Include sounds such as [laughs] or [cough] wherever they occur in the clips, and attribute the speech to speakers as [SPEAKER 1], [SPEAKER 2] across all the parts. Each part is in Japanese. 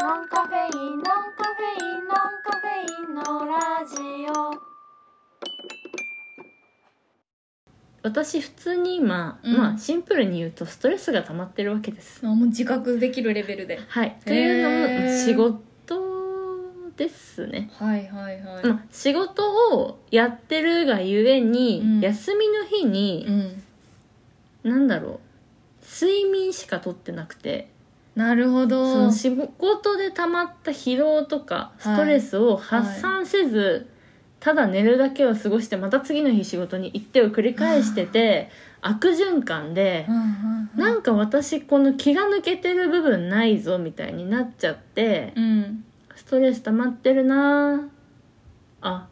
[SPEAKER 1] ノンカフェインノンカフェインノンカフェインのラジオ
[SPEAKER 2] 私普通に今、
[SPEAKER 3] うん
[SPEAKER 2] まあシンプルに言うとストレスが溜まってるわけです。
[SPEAKER 3] あもう自覚できるレベルで
[SPEAKER 2] はい、というの
[SPEAKER 3] へ
[SPEAKER 2] も
[SPEAKER 3] ー
[SPEAKER 2] 仕事ですね。
[SPEAKER 3] はいはいはい
[SPEAKER 2] まあ、仕事をやってるがゆえに、
[SPEAKER 3] うん
[SPEAKER 2] 休みの日
[SPEAKER 3] う
[SPEAKER 2] に、
[SPEAKER 3] ん
[SPEAKER 2] なんだろう睡眠しかとってなくて
[SPEAKER 3] なるほ
[SPEAKER 2] そ
[SPEAKER 3] ど
[SPEAKER 2] の仕事で溜まった疲労とか
[SPEAKER 3] い
[SPEAKER 2] ストレスを発散せず、ただ寝るだけを過ごしてまた次の日仕事に行ってを繰り返してて悪循環で
[SPEAKER 3] う、んうんうん
[SPEAKER 2] なんか私この気が抜けてる部分ないぞみたいになっちゃって。
[SPEAKER 3] うん
[SPEAKER 2] ストレス溜まってるなああ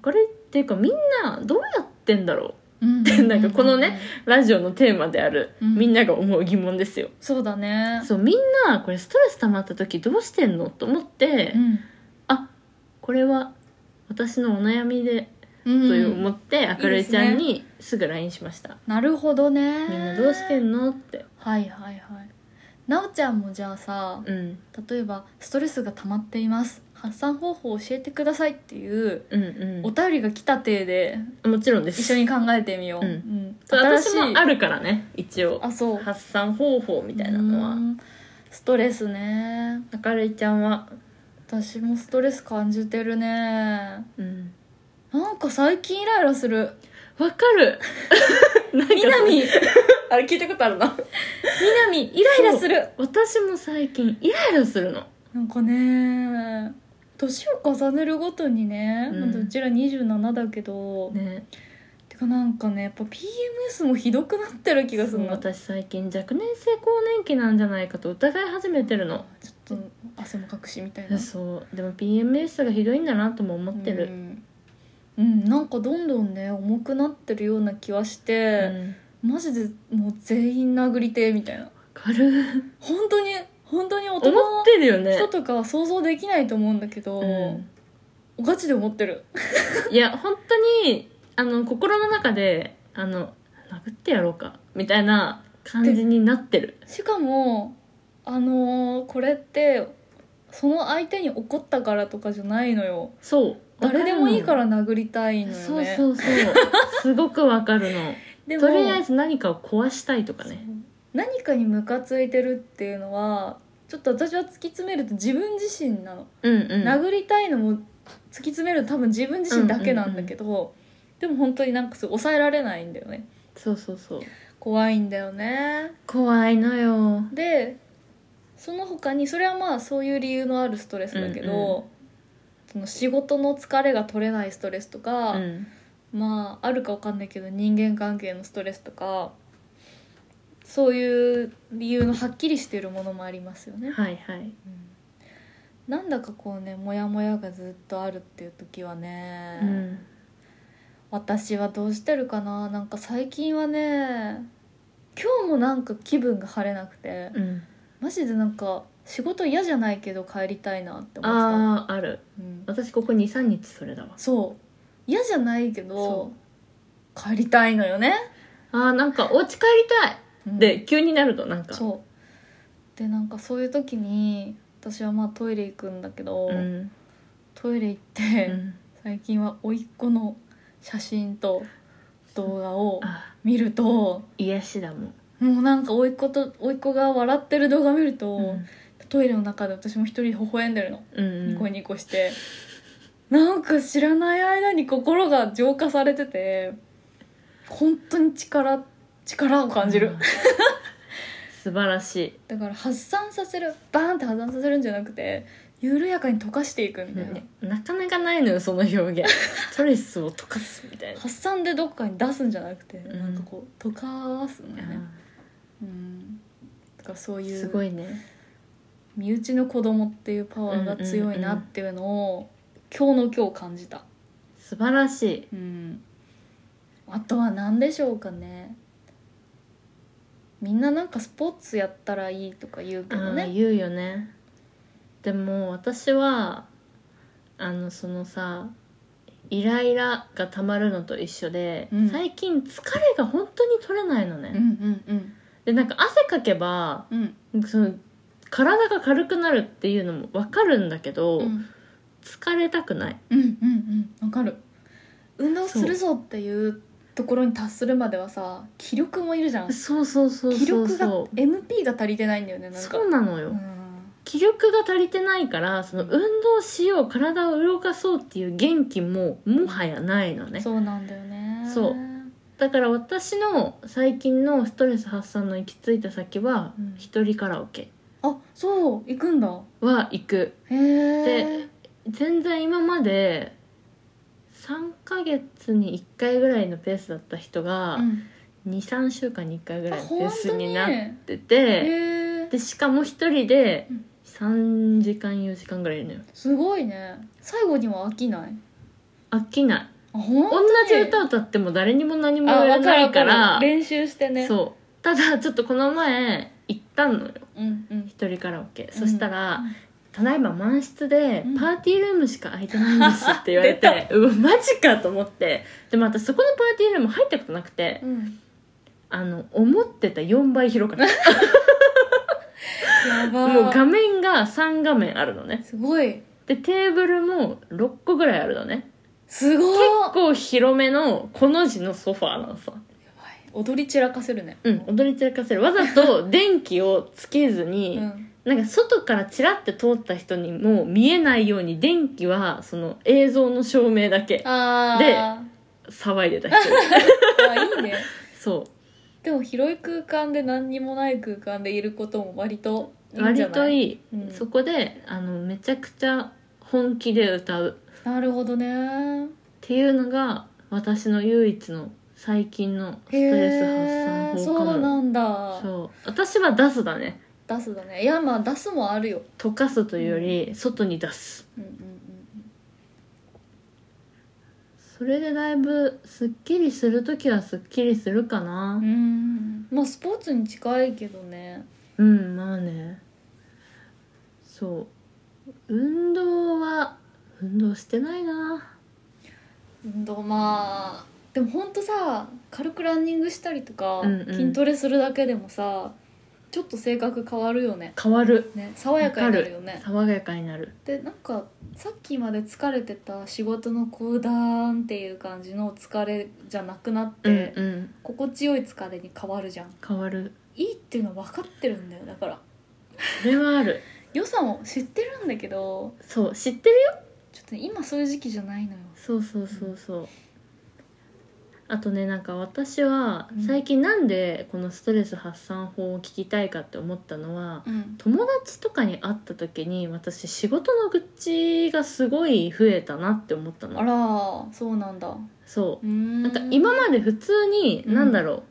[SPEAKER 2] これっていうかみんなどうやってんだろ
[SPEAKER 3] うん
[SPEAKER 2] なんかこのねうラジオのテーマである、
[SPEAKER 3] うん
[SPEAKER 2] みんなが思う疑問ですよ
[SPEAKER 3] そうだね
[SPEAKER 2] そうみんなこれストレス溜まった時どうしてんのと思って、
[SPEAKER 3] うん
[SPEAKER 2] あこれは私のお悩みで
[SPEAKER 3] う
[SPEAKER 2] と
[SPEAKER 3] ん
[SPEAKER 2] いう思って、あかるえちゃん
[SPEAKER 3] い
[SPEAKER 2] にすぐ LINE しました
[SPEAKER 3] なるほどね
[SPEAKER 2] みんなどうしてんのって
[SPEAKER 3] はいはいはいなおちゃんもじゃあさ
[SPEAKER 2] うん
[SPEAKER 3] 例えばストレスが溜まっています発散方法を教えてくださいっていう
[SPEAKER 2] うん
[SPEAKER 3] お便りが来た体で
[SPEAKER 2] うんもちろんです
[SPEAKER 3] 一緒に考えてみよう、
[SPEAKER 2] うん
[SPEAKER 3] 新し
[SPEAKER 2] 私
[SPEAKER 3] い
[SPEAKER 2] もあるからね一応
[SPEAKER 3] あそう
[SPEAKER 2] 発散方法みたいなの
[SPEAKER 3] う
[SPEAKER 2] は
[SPEAKER 3] んストレスね
[SPEAKER 2] あかるえちゃんは
[SPEAKER 3] 私もストレス感じてるね
[SPEAKER 2] うん
[SPEAKER 3] なんか最近イライラする
[SPEAKER 2] わか [laughs] るなんか
[SPEAKER 3] みなみみ
[SPEAKER 2] [laughs] あれ聞いたことあるな
[SPEAKER 3] なみイライラする
[SPEAKER 2] 私も最近イライラするの
[SPEAKER 3] なんかね年を重ねるごとにね、
[SPEAKER 2] うん
[SPEAKER 3] ほんとうちら27だけど、
[SPEAKER 2] ね
[SPEAKER 3] てかなんかねやっぱ PMS もひどくなってる気がす
[SPEAKER 2] そ
[SPEAKER 3] る
[SPEAKER 2] う
[SPEAKER 3] のちょ
[SPEAKER 2] 私最近若年性更年期なんじゃないかと疑い始めてるの
[SPEAKER 3] っと汗もかくしみたいな
[SPEAKER 2] そうでも PMS がひどいんだなとも思って
[SPEAKER 3] う
[SPEAKER 2] る
[SPEAKER 3] ん、うんなんかどんどんね重くなってるような気はし
[SPEAKER 2] うん
[SPEAKER 3] て、マジでもう全員殴りてえみたいな
[SPEAKER 2] 軽い
[SPEAKER 3] 本当に本当に大人
[SPEAKER 2] 思っ
[SPEAKER 3] の
[SPEAKER 2] てるよね
[SPEAKER 3] 人とかは想像できないと思うんだけど、
[SPEAKER 2] うん
[SPEAKER 3] ガチで思ってる
[SPEAKER 2] いや本当にあの心の中であの殴ってやろうかみたいな感じになってる
[SPEAKER 3] しかもあのーこれってその相手に怒ったからとかじゃないのよ
[SPEAKER 2] そう
[SPEAKER 3] 誰でもいいからら殴りたいのよね
[SPEAKER 2] そうそうそう [laughs] すごくわかるの
[SPEAKER 3] でも
[SPEAKER 2] とりあえず何かを壊したいとか
[SPEAKER 3] そう
[SPEAKER 2] ね
[SPEAKER 3] 何かにムカついてるっていうのはちょっと私は突き詰めると自分自身なの、
[SPEAKER 2] うんうん
[SPEAKER 3] 殴りたいのも突き詰めると多分自分自身だけなんだけど、でも本当になんかそう抑えられないんだよね
[SPEAKER 2] そうそうそう
[SPEAKER 3] 怖いんだよね
[SPEAKER 2] 怖いのよ
[SPEAKER 3] でその他にそれはまあそういう理由のあるストレスだけど、
[SPEAKER 2] うん
[SPEAKER 3] その仕事の疲れが取れないストレスとか、
[SPEAKER 2] うん
[SPEAKER 3] まああるかわかんないけど人間関係のストレスとかそういう理由のはっきりしてるものもありますよね。
[SPEAKER 2] はいはい
[SPEAKER 3] なんだかこうねモヤモヤがずっとあるっていう時はね、
[SPEAKER 2] うん
[SPEAKER 3] 私はどうしてるかななんか最近はね今日もなんか気分が晴れなくて。
[SPEAKER 2] うん
[SPEAKER 3] マジでなんか仕事嫌じゃないけど帰りたいなって思って
[SPEAKER 2] ああある
[SPEAKER 3] た、うん
[SPEAKER 2] 私ここ23日それだわ
[SPEAKER 3] そう嫌じゃないけど
[SPEAKER 2] そ
[SPEAKER 3] 帰りたいのよね、
[SPEAKER 2] あーなんかお家帰りたい
[SPEAKER 3] うん
[SPEAKER 2] で急になるとなんか
[SPEAKER 3] そうでなんかそういう時に私はまあトイレ行くんだけど、
[SPEAKER 2] うん
[SPEAKER 3] トイレ行っ
[SPEAKER 2] う
[SPEAKER 3] て、
[SPEAKER 2] ん
[SPEAKER 3] 最近は甥っ子の写真と動画を
[SPEAKER 2] あ
[SPEAKER 3] 見ると
[SPEAKER 2] 癒しだもん
[SPEAKER 3] もうなんか甥っ子と甥っ子が笑ってる動画見ると、
[SPEAKER 2] うん
[SPEAKER 3] トイレの中で私も一人微笑んでるの
[SPEAKER 2] うん
[SPEAKER 3] ニコニコして、なんか知らない間に心が浄化されてて本当に力力を感じる、
[SPEAKER 2] うん素晴らしい
[SPEAKER 3] だから発散させるバーンって発散させるんじゃなくて緩やかに溶かしていくみたいな、
[SPEAKER 2] ねなかなかないのよその表現ストレスを溶かすみたいな
[SPEAKER 3] 発散でどっかに出すんじゃなくて、
[SPEAKER 2] ん
[SPEAKER 3] なんかこう溶かすんだよね、うん、だからそう
[SPEAKER 2] あー
[SPEAKER 3] い
[SPEAKER 2] すご
[SPEAKER 3] う
[SPEAKER 2] いね
[SPEAKER 3] 身内の子供っていうパワーが強いなっていうのを、今日の今日感じた
[SPEAKER 2] 素晴らしい
[SPEAKER 3] うん、あとは何でしょうかねみんななんかスポーツやったらいいとか言うけ
[SPEAKER 2] あ
[SPEAKER 3] ど
[SPEAKER 2] ー
[SPEAKER 3] ね
[SPEAKER 2] 言うよねでも私はあのそのさイライラがたまるのと一緒で、
[SPEAKER 3] うん
[SPEAKER 2] 最近疲れが本当に取れないのね、
[SPEAKER 3] うんうんうん
[SPEAKER 2] でなんか汗かけば
[SPEAKER 3] うん
[SPEAKER 2] その体が軽くなるっていうのも分かるんだけど、
[SPEAKER 3] うん
[SPEAKER 2] 疲れたくない
[SPEAKER 3] うんうんうんわかる運動するぞっていうところに達するまではさ気力もいるじゃん
[SPEAKER 2] そうそうそう
[SPEAKER 3] 気
[SPEAKER 2] そう
[SPEAKER 3] 力が
[SPEAKER 2] そ
[SPEAKER 3] MP が足りてないんだよね
[SPEAKER 2] う
[SPEAKER 3] なんか
[SPEAKER 2] そうなのよ、
[SPEAKER 3] うん
[SPEAKER 2] 気力が足りてないからその運動しよう体を動かそうっていう元気ももはやないのね
[SPEAKER 3] そうなんだよね
[SPEAKER 2] そうだから私の最近のストレス発散の行き着いた先は
[SPEAKER 3] うん
[SPEAKER 2] 一人カラオケ
[SPEAKER 3] あそう行くんだ
[SPEAKER 2] は行く
[SPEAKER 3] へ
[SPEAKER 2] で
[SPEAKER 3] え
[SPEAKER 2] 全然今まで3ヶ月に1回ぐらいのペースだった人が
[SPEAKER 3] うん
[SPEAKER 2] 23週間に1回ぐらいのペースにな
[SPEAKER 3] あ
[SPEAKER 2] っ
[SPEAKER 3] 本
[SPEAKER 2] て
[SPEAKER 3] 当に
[SPEAKER 2] て
[SPEAKER 3] へえ
[SPEAKER 2] でしかも一人で
[SPEAKER 3] うん
[SPEAKER 2] 3時間4時間ぐらいいるのよ
[SPEAKER 3] すごいね最後には飽きない
[SPEAKER 2] 飽きない
[SPEAKER 3] あ本
[SPEAKER 2] 同
[SPEAKER 3] 当に
[SPEAKER 2] じ歌歌っても誰にも何も
[SPEAKER 3] あ
[SPEAKER 2] 言われ
[SPEAKER 3] わかる
[SPEAKER 2] な
[SPEAKER 3] わ
[SPEAKER 2] いか
[SPEAKER 3] かる
[SPEAKER 2] ら
[SPEAKER 3] 練習してねう、
[SPEAKER 2] そうただちょっとこの前行ったのよ
[SPEAKER 3] んうん、
[SPEAKER 2] 一人カラオケ、そしたら
[SPEAKER 3] うん
[SPEAKER 2] 「ただいま満室で
[SPEAKER 3] うん
[SPEAKER 2] パーティールームしか空いてないんです」って言われてうわマジかと思ってでも私そこのパーティールーム入ったことなくて [laughs]
[SPEAKER 3] うん、
[SPEAKER 2] あの思ってた4倍広かっ
[SPEAKER 3] や
[SPEAKER 2] た
[SPEAKER 3] ば
[SPEAKER 2] もう画面が3画面あるのね
[SPEAKER 3] すごい
[SPEAKER 2] でテーブルも6個ぐらいあるのね
[SPEAKER 3] すごい
[SPEAKER 2] 結構広めのこの字のソファーなのさ
[SPEAKER 3] 踊り散らかせるね
[SPEAKER 2] うん踊り散らかせるわざ
[SPEAKER 3] [laughs]
[SPEAKER 2] と電気をつけずに、
[SPEAKER 3] うん
[SPEAKER 2] なんか外からチラって通った人にも見えないように電気はその映像の照明だけ
[SPEAKER 3] あー
[SPEAKER 2] で騒いで
[SPEAKER 3] [laughs]
[SPEAKER 2] た人
[SPEAKER 3] あいいね
[SPEAKER 2] そ
[SPEAKER 3] でも広い空間で何にもない空間でいることも割といういんじ
[SPEAKER 2] 割
[SPEAKER 3] ゃない
[SPEAKER 2] とい
[SPEAKER 3] い、
[SPEAKER 2] い
[SPEAKER 3] うん
[SPEAKER 2] そこであのめちゃくちゃ本気で歌うっ
[SPEAKER 3] なるほどね
[SPEAKER 2] ていうのが私の唯一の最近のスト
[SPEAKER 3] へ
[SPEAKER 2] レ
[SPEAKER 3] え
[SPEAKER 2] ス発散法かも
[SPEAKER 3] そうなんだ
[SPEAKER 2] そう私は出すだね
[SPEAKER 3] 出すだねいやまあ出すもあるよ
[SPEAKER 2] 溶かすというより外に出す
[SPEAKER 3] うんうんうん
[SPEAKER 2] それでだいぶすっきりする時はすっきりするか
[SPEAKER 3] う
[SPEAKER 2] なん
[SPEAKER 3] うんまあスポーツに近いけどね
[SPEAKER 2] うんまあねそう運動は運動してないな
[SPEAKER 3] 運動まあでもほんとさ軽くランニングしたりとか、
[SPEAKER 2] うんうん
[SPEAKER 3] 筋トレするだけでもさちょっと性格変わるよね
[SPEAKER 2] 変わる
[SPEAKER 3] ね爽やかになるよね
[SPEAKER 2] 爽やかになる
[SPEAKER 3] でなんかさっきまで疲れてた仕事のこうだーんっていう感じの疲れじゃなくなって、
[SPEAKER 2] うんうん
[SPEAKER 3] 心地よい疲れに変わるじゃん
[SPEAKER 2] 変わる
[SPEAKER 3] いいっていうのは分かってるんだよだから
[SPEAKER 2] それはある
[SPEAKER 3] 良さも知ってるんだけど
[SPEAKER 2] そう知ってるよ
[SPEAKER 3] ちょっと今そういう時期じゃないのよ
[SPEAKER 2] そうそうそうそうあとねなんか私は
[SPEAKER 3] うん
[SPEAKER 2] 最近なんでこのストレス発散法を聞きたいかって思ったのは
[SPEAKER 3] うん
[SPEAKER 2] 友達とかに会った時に私仕事の愚痴がすごい増えたなって思った
[SPEAKER 3] あ
[SPEAKER 2] の
[SPEAKER 3] らーそうなんだう
[SPEAKER 2] そう
[SPEAKER 3] ーん
[SPEAKER 2] なんか今まで普通に、
[SPEAKER 3] うん
[SPEAKER 2] なんだろう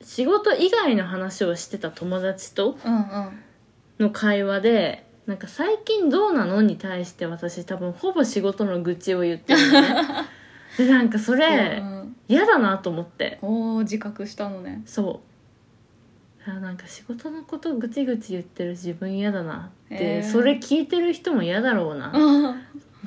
[SPEAKER 2] 仕事以外の話をしてた友達と
[SPEAKER 3] うんうん
[SPEAKER 2] の会話でなんか最近どうなのに対して私多分ほぼ仕事の愚痴を言ってるのね
[SPEAKER 3] [laughs]
[SPEAKER 2] でなんかそれ
[SPEAKER 3] うんうん
[SPEAKER 2] 嫌だなと思って
[SPEAKER 3] おお自覚したのね
[SPEAKER 2] そうあなんか仕事のことぐちぐち言ってる自分嫌だなって、
[SPEAKER 3] えー
[SPEAKER 2] それ聞いてる人も嫌だろうな
[SPEAKER 3] あ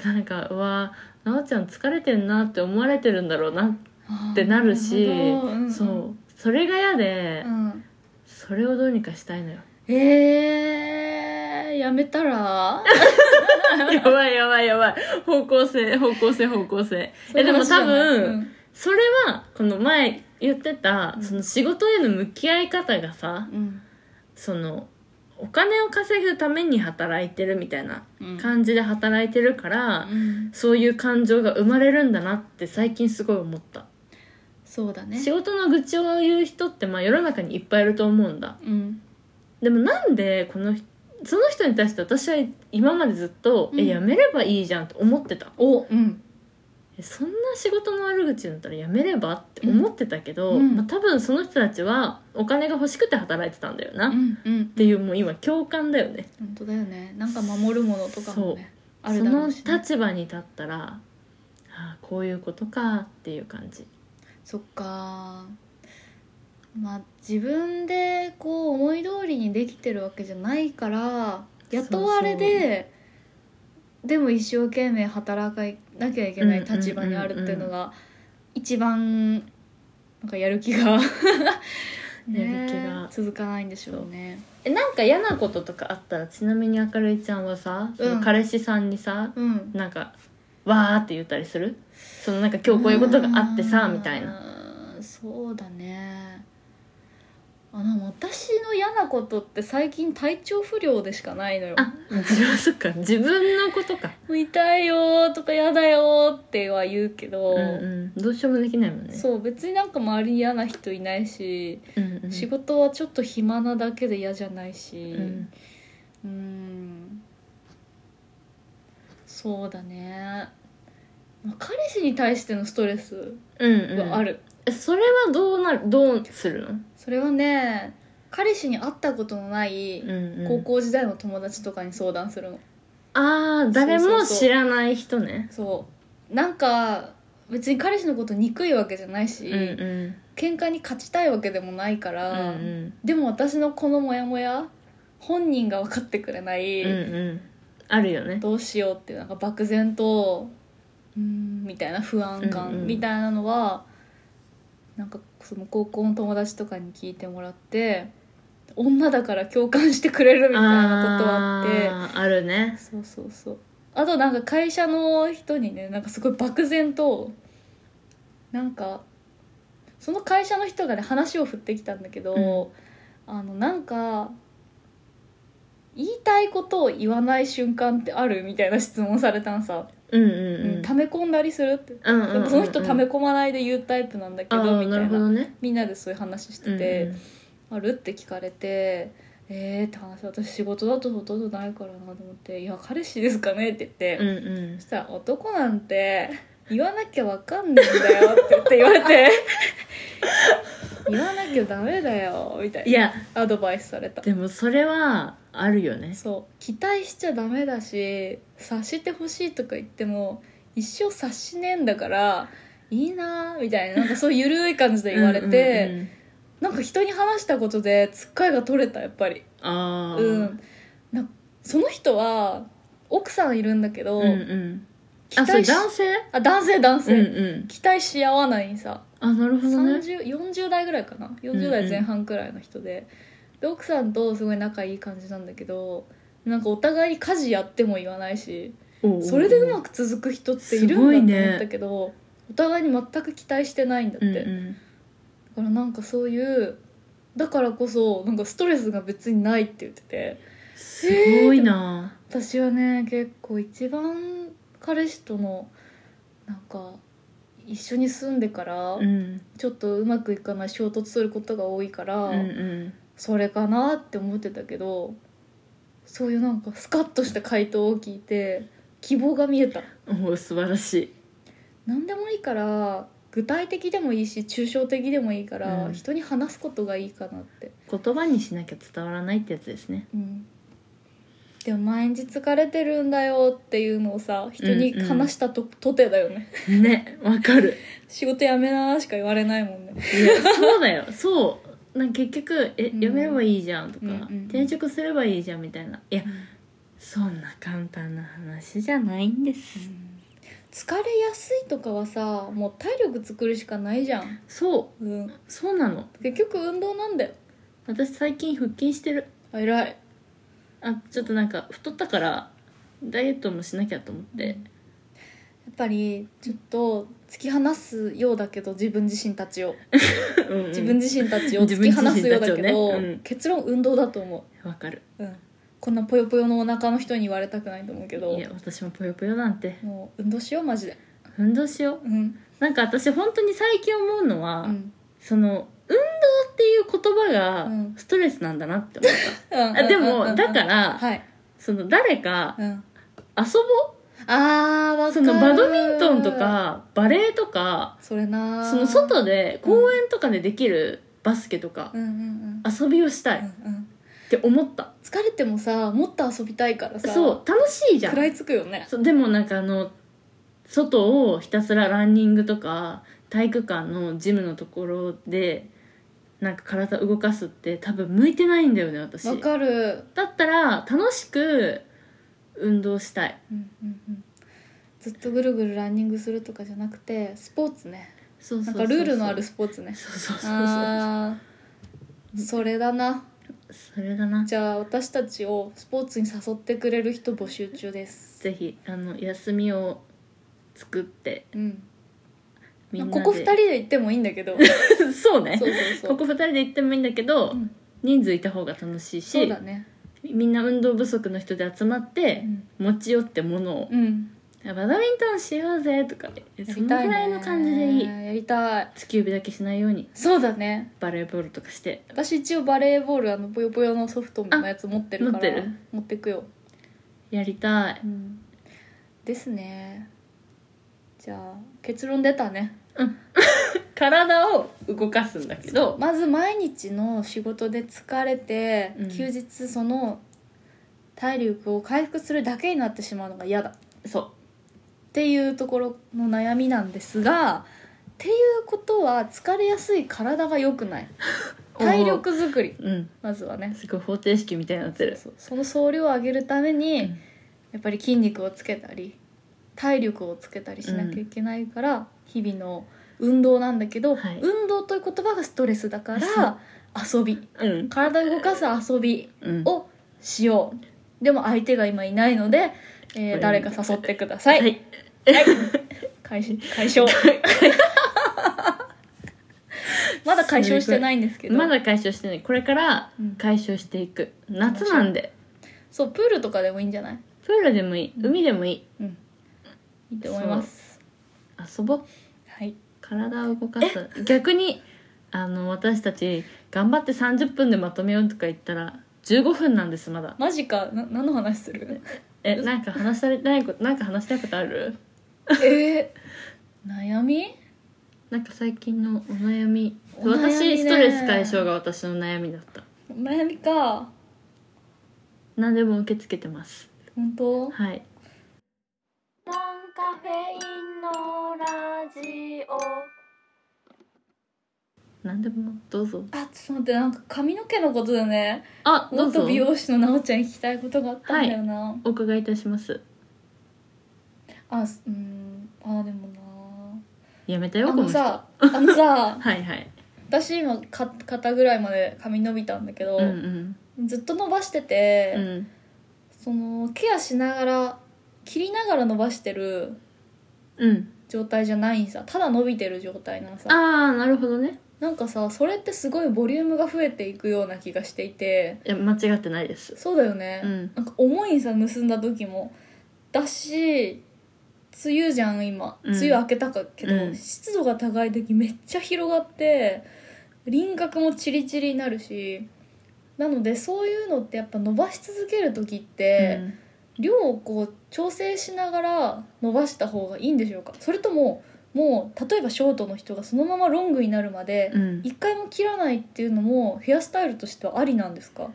[SPEAKER 2] なんかうわなおちゃん疲れてんなって思われてるんだろうな
[SPEAKER 3] ー
[SPEAKER 2] ってなるし
[SPEAKER 3] なるほどんん
[SPEAKER 2] そうそれが嫌で、
[SPEAKER 3] うん
[SPEAKER 2] それをどうにかしたいのよ
[SPEAKER 3] えー、やめたら
[SPEAKER 2] [laughs] やばいやばいやばい方向性方向性方向性 [laughs] えでも多分、それはこの前言ってた、
[SPEAKER 3] うん
[SPEAKER 2] その仕事への向き合い方がさ
[SPEAKER 3] うん
[SPEAKER 2] そのお金を稼ぐために働いてるみたいな
[SPEAKER 3] うん
[SPEAKER 2] 感じで働いてるから、
[SPEAKER 3] うん
[SPEAKER 2] そういう感情が生まれるんだなって最近すごい思った、
[SPEAKER 3] そうだね
[SPEAKER 2] 仕事の愚痴を言う人ってまあ世の中にいっぱいいると思うんだ
[SPEAKER 3] うん
[SPEAKER 2] でもなんでこの人その人に対して私は今までずっと、
[SPEAKER 3] うん
[SPEAKER 2] えやめればいいじゃんと思ってた
[SPEAKER 3] おうん
[SPEAKER 2] えそんな仕事の悪口言うんだったらやめればって思ってたけ
[SPEAKER 3] う
[SPEAKER 2] ど、
[SPEAKER 3] んうん
[SPEAKER 2] まあ、多分その人たちはお金が欲しくて働いてたんだよな、
[SPEAKER 3] う
[SPEAKER 2] っ
[SPEAKER 3] んうん
[SPEAKER 2] ていうもう今共感だよね
[SPEAKER 3] 本当だよねなんか守るものとかもねあ
[SPEAKER 2] そ
[SPEAKER 3] るだろ
[SPEAKER 2] の
[SPEAKER 3] うし、ね、
[SPEAKER 2] 立場に立ったら、ああこういうことかっていう感じ
[SPEAKER 3] そっかまあ自分でこう思い通りにできてるわけじゃないから雇われででも一生懸命働かなきゃいけない立場にあるっていうのが [laughs] 一番なんかやる気が
[SPEAKER 2] やる気が
[SPEAKER 3] 続かないんでしょうね
[SPEAKER 2] えなんか嫌なこととかあったらちなみに明るいちゃんはさその彼氏さんにさ、
[SPEAKER 3] うん
[SPEAKER 2] なんかわーって言ったりするそのなんか今日こういうことがあってさみたいな
[SPEAKER 3] なそうだねあの私の嫌なことって最近体調不良でしかないのよ
[SPEAKER 2] あ自分そっか自分のことか、
[SPEAKER 3] もう痛いよーとか嫌だよーっては言うけど、
[SPEAKER 2] うんうん、どうしようもできないもんね
[SPEAKER 3] そう別になんか周りに嫌な人いないし、
[SPEAKER 2] うんうん、
[SPEAKER 3] 仕事はちょっと暇なだけで嫌じゃないし
[SPEAKER 2] うん
[SPEAKER 3] うんそうだね、まあ、彼氏に対してのストレス
[SPEAKER 2] うんうん、
[SPEAKER 3] はある、
[SPEAKER 2] えそれはどうなるどうするの、
[SPEAKER 3] それはね彼氏に会ったことのない
[SPEAKER 2] うんうん、
[SPEAKER 3] 高校時代の友達とかに相談するの、
[SPEAKER 2] ああ誰も知らない人ね
[SPEAKER 3] そうなんか別に彼氏のこと憎いわけじゃないし、
[SPEAKER 2] うんうん
[SPEAKER 3] 喧嘩に勝ちたいわけでもないか
[SPEAKER 2] うん
[SPEAKER 3] ら、
[SPEAKER 2] うん
[SPEAKER 3] でも私のこのモヤモヤ本人が分かってくれない、
[SPEAKER 2] うんうんあるよね
[SPEAKER 3] どうしようっていうなんか漠然とうーんみたいな不安
[SPEAKER 2] うんうん
[SPEAKER 3] 感みたいなのは、なんかその高校の友達とかに聞いてもらって女だから共感してくれるみたいなことはあって
[SPEAKER 2] あーあるね
[SPEAKER 3] そうそうそうあとなんか会社の人にねなんかすごい漠然となんかその会社の人がね話を振ってきたんだけど、
[SPEAKER 2] うん
[SPEAKER 3] あのなんか言いたいことを言わない瞬間ってあるみたいな質問されたんさ、
[SPEAKER 2] うんうんうん
[SPEAKER 3] 溜め込んだりするって、
[SPEAKER 2] うんうんうん
[SPEAKER 3] で
[SPEAKER 2] う
[SPEAKER 3] も
[SPEAKER 2] ん
[SPEAKER 3] その人溜め込まないで言うタイプなんだけ
[SPEAKER 2] あ
[SPEAKER 3] ど
[SPEAKER 2] ー
[SPEAKER 3] み
[SPEAKER 2] な
[SPEAKER 3] た
[SPEAKER 2] る
[SPEAKER 3] い
[SPEAKER 2] ほ
[SPEAKER 3] な
[SPEAKER 2] どね
[SPEAKER 3] みんなでそういう話してて、あるって聞かれて「えー」って話私仕事だとほとんどないからなと思って「いや彼氏ですかね」って言って、
[SPEAKER 2] うんうんうん
[SPEAKER 3] そしたら「男なんて言わなきゃわかんないんだよ」って言って言われて「言わなきゃダメだよ」みたい
[SPEAKER 2] い
[SPEAKER 3] な
[SPEAKER 2] や
[SPEAKER 3] アドバイスされた
[SPEAKER 2] でもそれはあるよね
[SPEAKER 3] そう期待しちゃダメだし察してほしいとか言っても一生察しねえんだからいいなーみたいななんかそういう緩い感じで言われて
[SPEAKER 2] うんうんうん
[SPEAKER 3] なんか人に話したことでつっかえが取れたやっぱり
[SPEAKER 2] あー
[SPEAKER 3] うんなその人は奥さんいるんだけど、
[SPEAKER 2] うんうん
[SPEAKER 3] 期
[SPEAKER 2] あそれ
[SPEAKER 3] 待し
[SPEAKER 2] 男性
[SPEAKER 3] あ男性男
[SPEAKER 2] うん
[SPEAKER 3] 性、
[SPEAKER 2] うん
[SPEAKER 3] 期待し合わないにさ
[SPEAKER 2] あなるほどね
[SPEAKER 3] 30 40代ぐらいかな40代前半くらいの人で,、で奥さんとすごい仲いい感じなんだけどなんかお互いに家事やっても言わないしそれでうま
[SPEAKER 2] く
[SPEAKER 3] く続く人ってい
[SPEAKER 2] すごい
[SPEAKER 3] るんだ
[SPEAKER 2] ね
[SPEAKER 3] と思ったけど、お互いに全く期待してないんだって、
[SPEAKER 2] うん
[SPEAKER 3] だ
[SPEAKER 2] うん
[SPEAKER 3] からなんかそういうだからこそなんかストレスが別にないって言ってて
[SPEAKER 2] すごいな
[SPEAKER 3] 私はね結構一番彼氏とのなんか一緒に住んでから、
[SPEAKER 2] うん
[SPEAKER 3] ちょっとうまくいかない衝突することが多いから、
[SPEAKER 2] うんうん
[SPEAKER 3] それかなって思ってたけどそういうなんかスカッとした回答を聞いて希望が見えた
[SPEAKER 2] おー素晴らしい
[SPEAKER 3] 何でもいいから具体的でもいいし抽象的でもいいから、
[SPEAKER 2] うん
[SPEAKER 3] 人に話すことがいいかなって、
[SPEAKER 2] 言葉にしなきゃ伝わらないってやつですね
[SPEAKER 3] うん、でも毎日疲れてるんだよっていうのをさ人に話したと,、とてだよね
[SPEAKER 2] ねわかる
[SPEAKER 3] 仕事辞めなーしか言われないもんね
[SPEAKER 2] いやそうだよそうなんか結局「え
[SPEAKER 3] うん
[SPEAKER 2] やめればいいじゃん」とか、
[SPEAKER 3] うんうんうん
[SPEAKER 2] 転職すればいいじゃん」みたいないやそんな簡単な話じゃないんです、
[SPEAKER 3] 疲れやすいとかはさもう体力作るしかないじゃん、
[SPEAKER 2] そう
[SPEAKER 3] うん、
[SPEAKER 2] そうなの
[SPEAKER 3] 結局運動なんだよ
[SPEAKER 2] 私最近腹筋してる
[SPEAKER 3] あ偉い
[SPEAKER 2] あちょっとなんか太ったからダイエットもしなきゃと思って
[SPEAKER 3] やっぱりちょっと突き放すようだけど自分自身たちを
[SPEAKER 2] うんうん
[SPEAKER 3] 自分自身たちを
[SPEAKER 2] 自
[SPEAKER 3] 突
[SPEAKER 2] 分
[SPEAKER 3] き
[SPEAKER 2] 自
[SPEAKER 3] 放
[SPEAKER 2] 身
[SPEAKER 3] すようだ
[SPEAKER 2] たちを
[SPEAKER 3] け
[SPEAKER 2] ね
[SPEAKER 3] ど、
[SPEAKER 2] うん
[SPEAKER 3] 結論運動だと思
[SPEAKER 2] わかる
[SPEAKER 3] う、うん、こんなぽよぽよのお腹の人に言われたくないと思うけど
[SPEAKER 2] いや私もぽよぽよなんて
[SPEAKER 3] もう運動しようマジで
[SPEAKER 2] 運動しよう
[SPEAKER 3] うん
[SPEAKER 2] なんか私本当に最近思うのは、
[SPEAKER 3] うん
[SPEAKER 2] その運動っていう言葉が
[SPEAKER 3] うん
[SPEAKER 2] ストレスなんだなって思った、
[SPEAKER 3] [laughs] うん
[SPEAKER 2] あで
[SPEAKER 3] うんう
[SPEAKER 2] も
[SPEAKER 3] ん
[SPEAKER 2] だから、
[SPEAKER 3] はい、
[SPEAKER 2] その誰か
[SPEAKER 3] うん、
[SPEAKER 2] 遊ぼ
[SPEAKER 3] あーわか
[SPEAKER 2] う
[SPEAKER 3] る
[SPEAKER 2] そのバドミントンとかバレーとか
[SPEAKER 3] それなー
[SPEAKER 2] その外で公園とかでできるバスケとか
[SPEAKER 3] うんうんうん
[SPEAKER 2] 遊びをしたいっ
[SPEAKER 3] うんうん
[SPEAKER 2] て思った
[SPEAKER 3] 疲れてもさもっと遊びたいからさ
[SPEAKER 2] そう楽しいじゃ
[SPEAKER 3] 食ら
[SPEAKER 2] ん
[SPEAKER 3] いつくよね
[SPEAKER 2] [laughs] そうでもなんかあの外をひたすらランニングとか体育館のジムのところでなんか体動かすって多分向いてないんだよね私
[SPEAKER 3] わかる、
[SPEAKER 2] だったら楽しく運動したい
[SPEAKER 3] うんうんうん、ずっとぐるぐるランニングするとかじゃなくてスポーツね
[SPEAKER 2] そうそ
[SPEAKER 3] な
[SPEAKER 2] うんそうそ
[SPEAKER 3] か
[SPEAKER 2] う
[SPEAKER 3] ルールのあるスポーツね
[SPEAKER 2] そうそうそうそう
[SPEAKER 3] あそれだな
[SPEAKER 2] それだな
[SPEAKER 3] じゃあ私たちをスポーツに誘ってくれる人募集中です
[SPEAKER 2] ぜひあの休みを作って
[SPEAKER 3] うん
[SPEAKER 2] みんなで
[SPEAKER 3] ここ2人で行ってもいいんだけど
[SPEAKER 2] 人 [laughs] そうね
[SPEAKER 3] そうそうそう
[SPEAKER 2] ここ2人で行ってもいいんだけど、
[SPEAKER 3] うん
[SPEAKER 2] 人数いた方が楽しい
[SPEAKER 3] そう
[SPEAKER 2] し、
[SPEAKER 3] だね
[SPEAKER 2] みんな運動不足の人で集まっ
[SPEAKER 3] う
[SPEAKER 2] て、
[SPEAKER 3] ん、
[SPEAKER 2] 持ち寄ってものを、
[SPEAKER 3] うん、
[SPEAKER 2] バドミントンしようぜとか
[SPEAKER 3] や
[SPEAKER 2] そ
[SPEAKER 3] り
[SPEAKER 2] のく
[SPEAKER 3] たいね
[SPEAKER 2] らいの感じでいい
[SPEAKER 3] やりたい
[SPEAKER 2] 突き指だけしないように
[SPEAKER 3] そうだね
[SPEAKER 2] バレーボールとかして
[SPEAKER 3] 私一応バレーボールあのぽよぽよのソフトのやつ持ってるから
[SPEAKER 2] 持ってる
[SPEAKER 3] 持ってくよ、
[SPEAKER 2] やりたい
[SPEAKER 3] うん、ですねじゃあ結論出たね
[SPEAKER 2] 体を動かすんだけど
[SPEAKER 3] まず毎日の仕事で疲れて、
[SPEAKER 2] うん
[SPEAKER 3] 休日その体力を回復するだけになってしまうのが嫌だっ
[SPEAKER 2] そ
[SPEAKER 3] ていうところの悩みなんですがっていうことは疲れやすい体が良くない体力づくり
[SPEAKER 2] ううん
[SPEAKER 3] まずはね
[SPEAKER 2] すごい方程式みたいになってる
[SPEAKER 3] そうその総量を上げるために、
[SPEAKER 2] うん
[SPEAKER 3] やっぱり筋肉をつけたり体力をつけたりしなきゃいけないから、日々の運動なんだけど、
[SPEAKER 2] はい
[SPEAKER 3] 運動という言葉がストレスだから遊び
[SPEAKER 2] うん
[SPEAKER 3] 体を動かす遊び
[SPEAKER 2] うん
[SPEAKER 3] をしようでも相手が今いないので、えー
[SPEAKER 2] これ
[SPEAKER 3] 誰か誘ってください、
[SPEAKER 2] はい [laughs]
[SPEAKER 3] 解消解消まだ解消してないんですけど
[SPEAKER 2] まだ解消してないこれから
[SPEAKER 3] うん
[SPEAKER 2] 解消していく夏なんで
[SPEAKER 3] そうプールとかでもいいんじゃない
[SPEAKER 2] プールでもいい海でもいい
[SPEAKER 3] うんいいと思います
[SPEAKER 2] 遊ぼう
[SPEAKER 3] はい
[SPEAKER 2] 体を動かす逆にあの私たち頑張って30分でまとめようとか言ったら15分なんですまだ
[SPEAKER 3] マジかな何の話する
[SPEAKER 2] えなんか話されないことなんか話したいことある
[SPEAKER 3] えー、悩み
[SPEAKER 2] なんか最近のお悩み
[SPEAKER 3] お悩みね
[SPEAKER 2] 私ストレス解消が私の悩みだった
[SPEAKER 3] お悩みか
[SPEAKER 2] 何でも受け付けてます
[SPEAKER 3] 本当
[SPEAKER 2] はい
[SPEAKER 1] ノンカフェインのラジオ
[SPEAKER 2] 何でもどうぞ
[SPEAKER 3] あちょっと待ってなんか髪の毛のことでね
[SPEAKER 2] あど
[SPEAKER 3] も
[SPEAKER 2] う
[SPEAKER 3] っと
[SPEAKER 2] ぞ
[SPEAKER 3] 美容師のなおちゃんに聞きたいことがあったんだよな、
[SPEAKER 2] お伺いいたします
[SPEAKER 3] あすうんあでも
[SPEAKER 2] やめた
[SPEAKER 3] な
[SPEAKER 2] よ
[SPEAKER 3] あ
[SPEAKER 2] この
[SPEAKER 3] の
[SPEAKER 2] 人は
[SPEAKER 3] さあのさ
[SPEAKER 2] いはい
[SPEAKER 3] 私今か肩ぐらいまで髪伸びたんだけど
[SPEAKER 2] う、ん
[SPEAKER 3] ずっと伸ばして
[SPEAKER 2] う
[SPEAKER 3] て、
[SPEAKER 2] んうん
[SPEAKER 3] そのケアしながら切りながら伸ばしてる
[SPEAKER 2] うん
[SPEAKER 3] 状態じゃないんさただ伸びてる状態なんさ
[SPEAKER 2] ああなるほどね
[SPEAKER 3] なんかさそれってすごいボリュームが増えていくような気がしていて
[SPEAKER 2] いや間違ってないです
[SPEAKER 3] そうだよね、
[SPEAKER 2] うん
[SPEAKER 3] なんか重いんさ盗んだ時もだし梅雨じゃん今
[SPEAKER 2] うん
[SPEAKER 3] 梅雨明けたかけど、
[SPEAKER 2] うん
[SPEAKER 3] 湿度が高い時めっちゃ広がって輪郭もチリチリになるしなのでそういうのってやっぱ伸ばし続ける時って、量をこう調整しながら伸ばした方がいいんでしょうかそれとももう例えばショートの人がそのままロングになるまで、
[SPEAKER 2] うん、うん
[SPEAKER 3] 一回も切らないっていうのもヘアスタイルとしてはありなんですか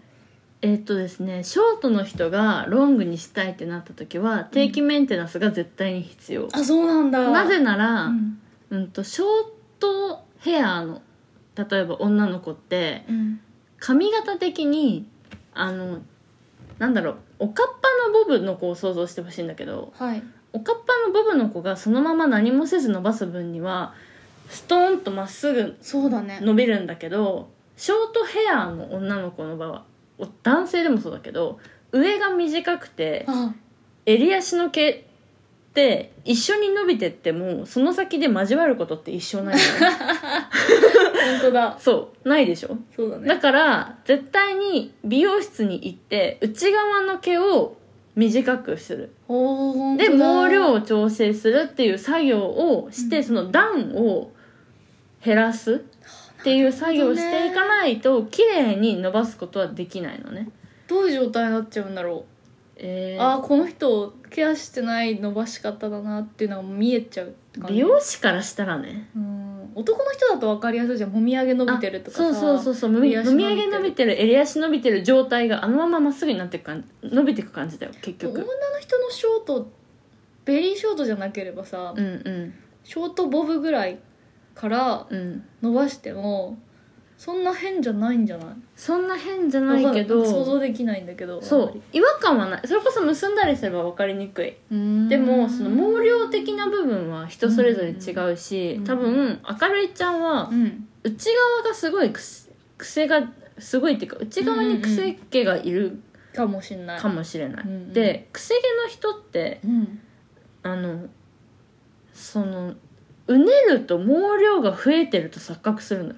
[SPEAKER 2] えっとですねショートの人がロングにしたいってなった時は定期メンテナンスが絶対に必要、
[SPEAKER 3] あそうなんだ
[SPEAKER 2] なぜなら、
[SPEAKER 3] う
[SPEAKER 2] うん
[SPEAKER 3] ん
[SPEAKER 2] とショートヘアの例えば女の子って
[SPEAKER 3] うん
[SPEAKER 2] 髪型的にあのなんだろうおかっぱのボブの子を想像してほしいんだけど
[SPEAKER 3] はい
[SPEAKER 2] おかっぱのボブの子がそのまま何もせず伸ばす分にはストーンとまっすぐ
[SPEAKER 3] そうだね
[SPEAKER 2] 伸びるんだけどショートヘアの女の子の場合はお男性でもそうだけど上が短くて
[SPEAKER 3] あ
[SPEAKER 2] 襟足の毛って一緒に伸びてってもその先で交わることって一生ないのね
[SPEAKER 3] 本当だ
[SPEAKER 2] そうないでしょ
[SPEAKER 3] そうだね
[SPEAKER 2] だから絶対に美容室に行って内側の毛を短くする
[SPEAKER 3] おー本当
[SPEAKER 2] で
[SPEAKER 3] だ
[SPEAKER 2] 毛量を調整するっていう作業をして、
[SPEAKER 3] うん
[SPEAKER 2] その段を減らすっていう作業をしていかないと綺麗に伸ばすことはできないのね。
[SPEAKER 3] どういう状態になっちゃうんだろ
[SPEAKER 2] え
[SPEAKER 3] う、
[SPEAKER 2] ー
[SPEAKER 3] ああこの人ケアしてない伸ばし方だなっていうのが見えちゃうって感じ
[SPEAKER 2] 美容師からしたらね
[SPEAKER 3] うん男の人だと分かりやすいじゃんもみあげ伸びてるとかさ
[SPEAKER 2] あそうそうそうそうもみ
[SPEAKER 3] 襟足
[SPEAKER 2] もみ上げ
[SPEAKER 3] 伸
[SPEAKER 2] 伸
[SPEAKER 3] び
[SPEAKER 2] びてる襟足伸びてる状態があのまままっすぐになってく感じ伸びてく感じだよ結
[SPEAKER 3] 女の
[SPEAKER 2] 局
[SPEAKER 3] 人のショートベリーショートじゃなければさ、
[SPEAKER 2] うんうん
[SPEAKER 3] ショートボブぐらいから
[SPEAKER 2] うん
[SPEAKER 3] 伸ばしてもそんな変じゃないんじゃない
[SPEAKER 2] そんな変じゃないけ
[SPEAKER 3] わかん想像
[SPEAKER 2] ど
[SPEAKER 3] できないんだけど
[SPEAKER 2] そう違和感はないそれこそ結んだりすれば分かりにくい
[SPEAKER 3] で
[SPEAKER 2] でもその毛量的な部分は人それぞれ違うし、
[SPEAKER 3] うん
[SPEAKER 2] 多分明るいちゃんは
[SPEAKER 3] うん
[SPEAKER 2] 内側がすごいくす癖がすごいっていうか内側に癖毛がいる
[SPEAKER 3] かもしんない
[SPEAKER 2] かもしれない、
[SPEAKER 3] うんうん
[SPEAKER 2] で癖毛の人って
[SPEAKER 3] うん
[SPEAKER 2] あのそのうねると毛量が増えてると錯覚するのよ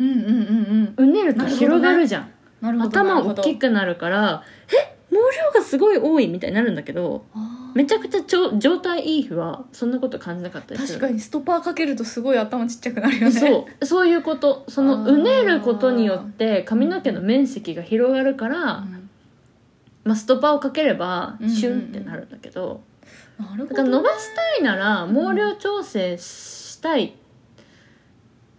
[SPEAKER 3] うんうんうんうん
[SPEAKER 2] うねると広がるじゃん、
[SPEAKER 3] なるほど
[SPEAKER 2] 頭大き
[SPEAKER 3] く
[SPEAKER 2] くなるからえ毛量がすごい多いみたいになるんだけどめちゃくちゃちょ状態いい日はそんなこと感じなかったりす
[SPEAKER 3] 確
[SPEAKER 2] る
[SPEAKER 3] かにストッパーかけるとすごい頭ちっちゃくなるよね
[SPEAKER 2] そうそういうことその
[SPEAKER 3] あー
[SPEAKER 2] うねることによって髪の毛の面積が広がるから、
[SPEAKER 3] うん
[SPEAKER 2] まあ、ストッパーをかければ
[SPEAKER 3] うんうんうん
[SPEAKER 2] シュンってなるんだけど、
[SPEAKER 3] なるほど
[SPEAKER 2] だから
[SPEAKER 3] ね
[SPEAKER 2] 伸ばしたいなら毛量調整したい、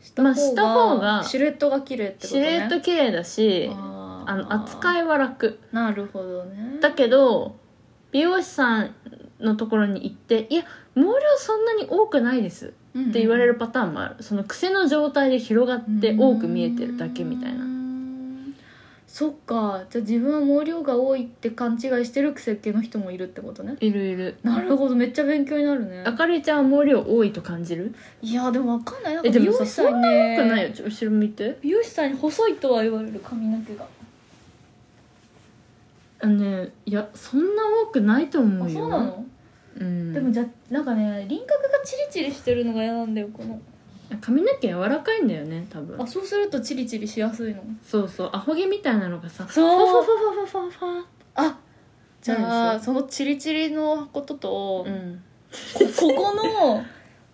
[SPEAKER 3] した
[SPEAKER 2] まあした方が
[SPEAKER 3] シルエットが綺麗ってこと
[SPEAKER 2] シル
[SPEAKER 3] ね
[SPEAKER 2] エット綺麗だし
[SPEAKER 3] あー
[SPEAKER 2] あの扱いは楽
[SPEAKER 3] なるほどね
[SPEAKER 2] だけど美容師さんのところに行って「いや毛量そんなに多くないです」
[SPEAKER 3] っ
[SPEAKER 2] って言われるパターンもあるその癖の状態で広がって多く見えてるだけみたいう
[SPEAKER 3] ー
[SPEAKER 2] なん
[SPEAKER 3] そっかじゃあ自分は毛量が多いって勘違いしてる癖っ気の人もいるってことね
[SPEAKER 2] いるいる
[SPEAKER 3] なるほどめっちゃ勉強になるね
[SPEAKER 2] あかりちゃんは毛量多いと感じる
[SPEAKER 3] いやでもわかんないなん
[SPEAKER 2] え
[SPEAKER 3] か
[SPEAKER 2] で
[SPEAKER 3] 美
[SPEAKER 2] も
[SPEAKER 3] 容
[SPEAKER 2] さ
[SPEAKER 3] 師さんにね
[SPEAKER 2] 多くないよちょ後ろ見て
[SPEAKER 3] 美容師さんに細いとは言われる髪の毛が
[SPEAKER 2] あのねいやそんな多くないと思
[SPEAKER 3] あ
[SPEAKER 2] うよ
[SPEAKER 3] そうなの、
[SPEAKER 2] うん、
[SPEAKER 3] でもじゃなんかね輪郭がチリチリしてるのが嫌なんだよこの
[SPEAKER 2] 髪の毛柔らかいんだよね多分
[SPEAKER 3] あそうするとチリチリしやすいの
[SPEAKER 2] そうそうアホ毛みたいなのがさ
[SPEAKER 3] そう
[SPEAKER 2] ファファファファファフ
[SPEAKER 3] あじゃ
[SPEAKER 2] なる
[SPEAKER 3] あ
[SPEAKER 2] で
[SPEAKER 3] そのチリチリのことと、
[SPEAKER 2] ァうん
[SPEAKER 3] こ [laughs] ここの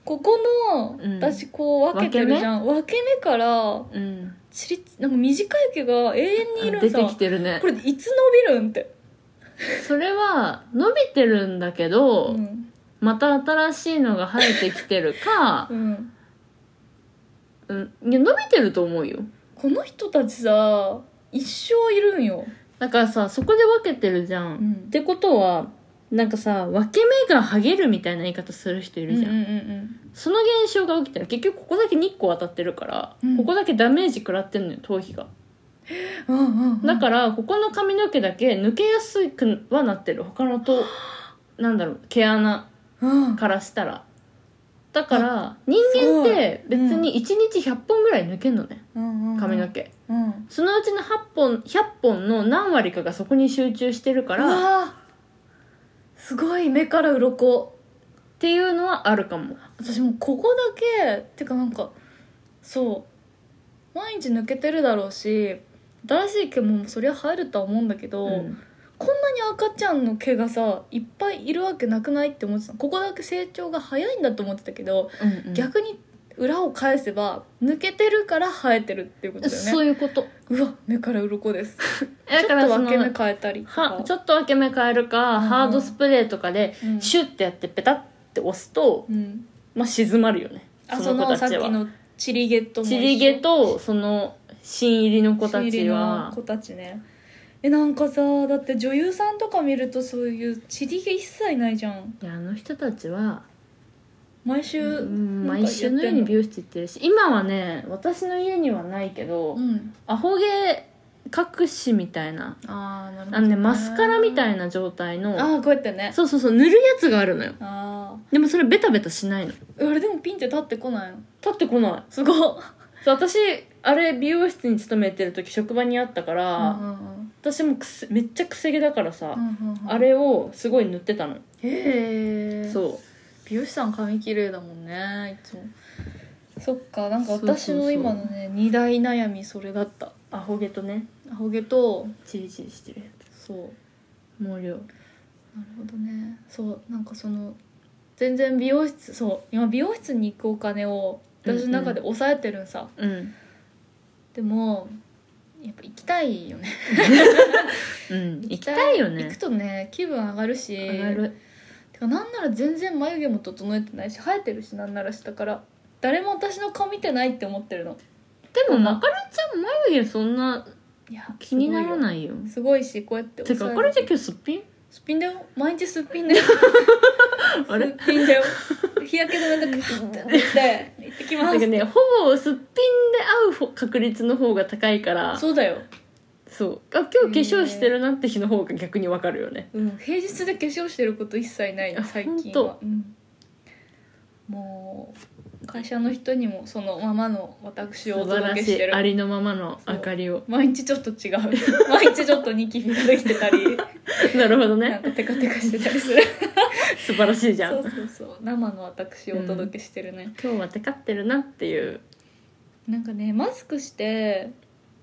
[SPEAKER 3] ここの、
[SPEAKER 2] うん
[SPEAKER 3] 私こう分けてるじゃん分け目から
[SPEAKER 2] うん
[SPEAKER 3] チリなんか短い毛が永遠にいる
[SPEAKER 2] 出
[SPEAKER 3] んさ
[SPEAKER 2] てきてるね
[SPEAKER 3] これいつ伸びるんって、
[SPEAKER 2] それは伸びてるんだけど、
[SPEAKER 3] うん
[SPEAKER 2] また新しいのが生えてきてるか
[SPEAKER 3] う、ん、
[SPEAKER 2] [laughs] うん、いや伸びてると思うよ
[SPEAKER 3] この人たちさ一生いるんよ、
[SPEAKER 2] だからさそこで分けてるじゃん、
[SPEAKER 3] ん
[SPEAKER 2] っ、てことはなんかさ分け目がハゲるみたいな言い方する人いるじゃん、
[SPEAKER 3] うんうんうん
[SPEAKER 2] その現象が起きてる結局ここだけ日光当たってるから、
[SPEAKER 3] うん
[SPEAKER 2] ここだけダメージ食らってんのよ頭皮が
[SPEAKER 3] うんうんうん
[SPEAKER 2] だからここの髪の毛だけ抜けやすくはなってる他のとなんだろう毛穴
[SPEAKER 3] うん
[SPEAKER 2] からしたらだから人間って
[SPEAKER 3] すごいうん
[SPEAKER 2] 別に1日100本ぐらい抜けんのね
[SPEAKER 3] うんうん
[SPEAKER 2] 髪の毛
[SPEAKER 3] うん
[SPEAKER 2] そのうちの8本100本の何割かがそこに集中してるか
[SPEAKER 3] あ
[SPEAKER 2] らっ
[SPEAKER 3] らすごい目から鱗
[SPEAKER 2] ていうのはあるかも
[SPEAKER 3] 私もうここだけてかなんかそう毎日抜けてるだろうし新しい毛もそりゃ生えるとは思うんだけど、
[SPEAKER 2] うん
[SPEAKER 3] こんなに赤ちゃんの毛がさいっぱいいるわけなくないって思ってたここだけ成長が早いんだと思ってたけど、
[SPEAKER 2] うん
[SPEAKER 3] 逆に裏を返せば抜けてるから生えてるっていうことだよね
[SPEAKER 2] そういうこと
[SPEAKER 3] うわ目から鱗です
[SPEAKER 2] だ
[SPEAKER 3] ち
[SPEAKER 2] か
[SPEAKER 3] ょっ
[SPEAKER 2] ら
[SPEAKER 3] と
[SPEAKER 2] そ
[SPEAKER 3] 分け目
[SPEAKER 2] の
[SPEAKER 3] 変えたりとか
[SPEAKER 2] はちょっと分け目変えるか、
[SPEAKER 3] うん
[SPEAKER 2] ハードスプレーとかで
[SPEAKER 3] うん
[SPEAKER 2] シュッてやってペタッて押すと、
[SPEAKER 3] うん、
[SPEAKER 2] まあ、静まるよね
[SPEAKER 3] あ
[SPEAKER 2] そ
[SPEAKER 3] そ
[SPEAKER 2] の
[SPEAKER 3] の
[SPEAKER 2] 子
[SPEAKER 3] さ
[SPEAKER 2] た
[SPEAKER 3] っ
[SPEAKER 2] ち
[SPEAKER 3] き
[SPEAKER 2] は
[SPEAKER 3] のチリゲとも一
[SPEAKER 2] ち
[SPEAKER 3] 緒
[SPEAKER 2] りげとその新入りの子た
[SPEAKER 3] 新入
[SPEAKER 2] ち
[SPEAKER 3] り
[SPEAKER 2] は
[SPEAKER 3] の子たちねえなんかさだって女優さんとか見るとそういうチリゲ一切ないじゃん
[SPEAKER 2] いやあの人たちは
[SPEAKER 3] 毎週
[SPEAKER 2] うん毎週のように美
[SPEAKER 3] 容
[SPEAKER 2] 容室行ってるし今はね私の家にはないけど、
[SPEAKER 3] うん
[SPEAKER 2] アホ毛隠しみたいな
[SPEAKER 3] ああなるほど、
[SPEAKER 2] あのねマスカラみたいな状態の
[SPEAKER 3] ああこうやってね
[SPEAKER 2] そうそうそう塗るやつがあるのよ
[SPEAKER 3] あ
[SPEAKER 2] でもそれベタベタしないの立
[SPEAKER 3] ああれでもピンって立ってこないの
[SPEAKER 2] ってこない
[SPEAKER 3] すごっ
[SPEAKER 2] そう私あれ美容室に勤めてる時職場にあったから、
[SPEAKER 3] うんうん
[SPEAKER 2] 私もくせめっちゃくせ毛だからさ、
[SPEAKER 3] うんうん
[SPEAKER 2] あれをすごい塗ってたの、
[SPEAKER 3] へえ
[SPEAKER 2] そう
[SPEAKER 3] 美容師さん髪綺麗だもんねいつもそっかなんか私
[SPEAKER 2] そうそうそ
[SPEAKER 3] の
[SPEAKER 2] う
[SPEAKER 3] 今のね二大悩みそれだった
[SPEAKER 2] アホ毛とね
[SPEAKER 3] アホ毛と
[SPEAKER 2] チリチリしてるや
[SPEAKER 3] そう
[SPEAKER 2] つ毛量
[SPEAKER 3] なるほどねそうなんかその全然美容室そう今美容室に行くお金を私の中で抑えてるんさ、
[SPEAKER 2] うん
[SPEAKER 3] でもやっぱ行きたいよね
[SPEAKER 2] うん行きたいよね
[SPEAKER 3] 行くとね気分上がるし
[SPEAKER 2] 上がる
[SPEAKER 3] てかなんなら全然眉毛も整えてないし生えてるしなんなら下から誰も私の顔見てないって思ってるの
[SPEAKER 2] でもまかりちゃん眉毛そんない
[SPEAKER 3] や
[SPEAKER 2] 気になら
[SPEAKER 3] い
[SPEAKER 2] ないよ
[SPEAKER 3] すごいしこうやって
[SPEAKER 2] てか
[SPEAKER 3] 抑え
[SPEAKER 2] これじゃ今日すっぴん
[SPEAKER 3] すっぴんだよ毎日すっぴんだよ
[SPEAKER 2] [laughs] あれ
[SPEAKER 3] すっぴんだよ日焼け止めとかパッて塗って行ってきま
[SPEAKER 2] な
[SPEAKER 3] す
[SPEAKER 2] んかねほぼすっぴんで会う確率の方が高いからそう
[SPEAKER 3] そうだよ
[SPEAKER 2] あ今日化粧してるなって日の方が逆にわかるよね
[SPEAKER 3] うん、平日で化粧してること一切ない
[SPEAKER 2] あ
[SPEAKER 3] 最近
[SPEAKER 2] ほん
[SPEAKER 3] は
[SPEAKER 2] と、
[SPEAKER 3] うんもう会社の人にもそのままの私をお
[SPEAKER 2] 素晴
[SPEAKER 3] 届
[SPEAKER 2] ら
[SPEAKER 3] け
[SPEAKER 2] し
[SPEAKER 3] して
[SPEAKER 2] いあ
[SPEAKER 3] る
[SPEAKER 2] りのままの明かりを
[SPEAKER 3] 毎日ちょっと違う [laughs] 毎日ちょっとニキビができてたり
[SPEAKER 2] [laughs] なるほど
[SPEAKER 3] なん
[SPEAKER 2] ね
[SPEAKER 3] かテカテカしてたりする
[SPEAKER 2] 素晴らし [laughs] いじゃ
[SPEAKER 3] そ
[SPEAKER 2] ん
[SPEAKER 3] うそうそう生の私をお届けしてるね、
[SPEAKER 2] 今日はテカってるなっていう
[SPEAKER 3] なんかねマスクして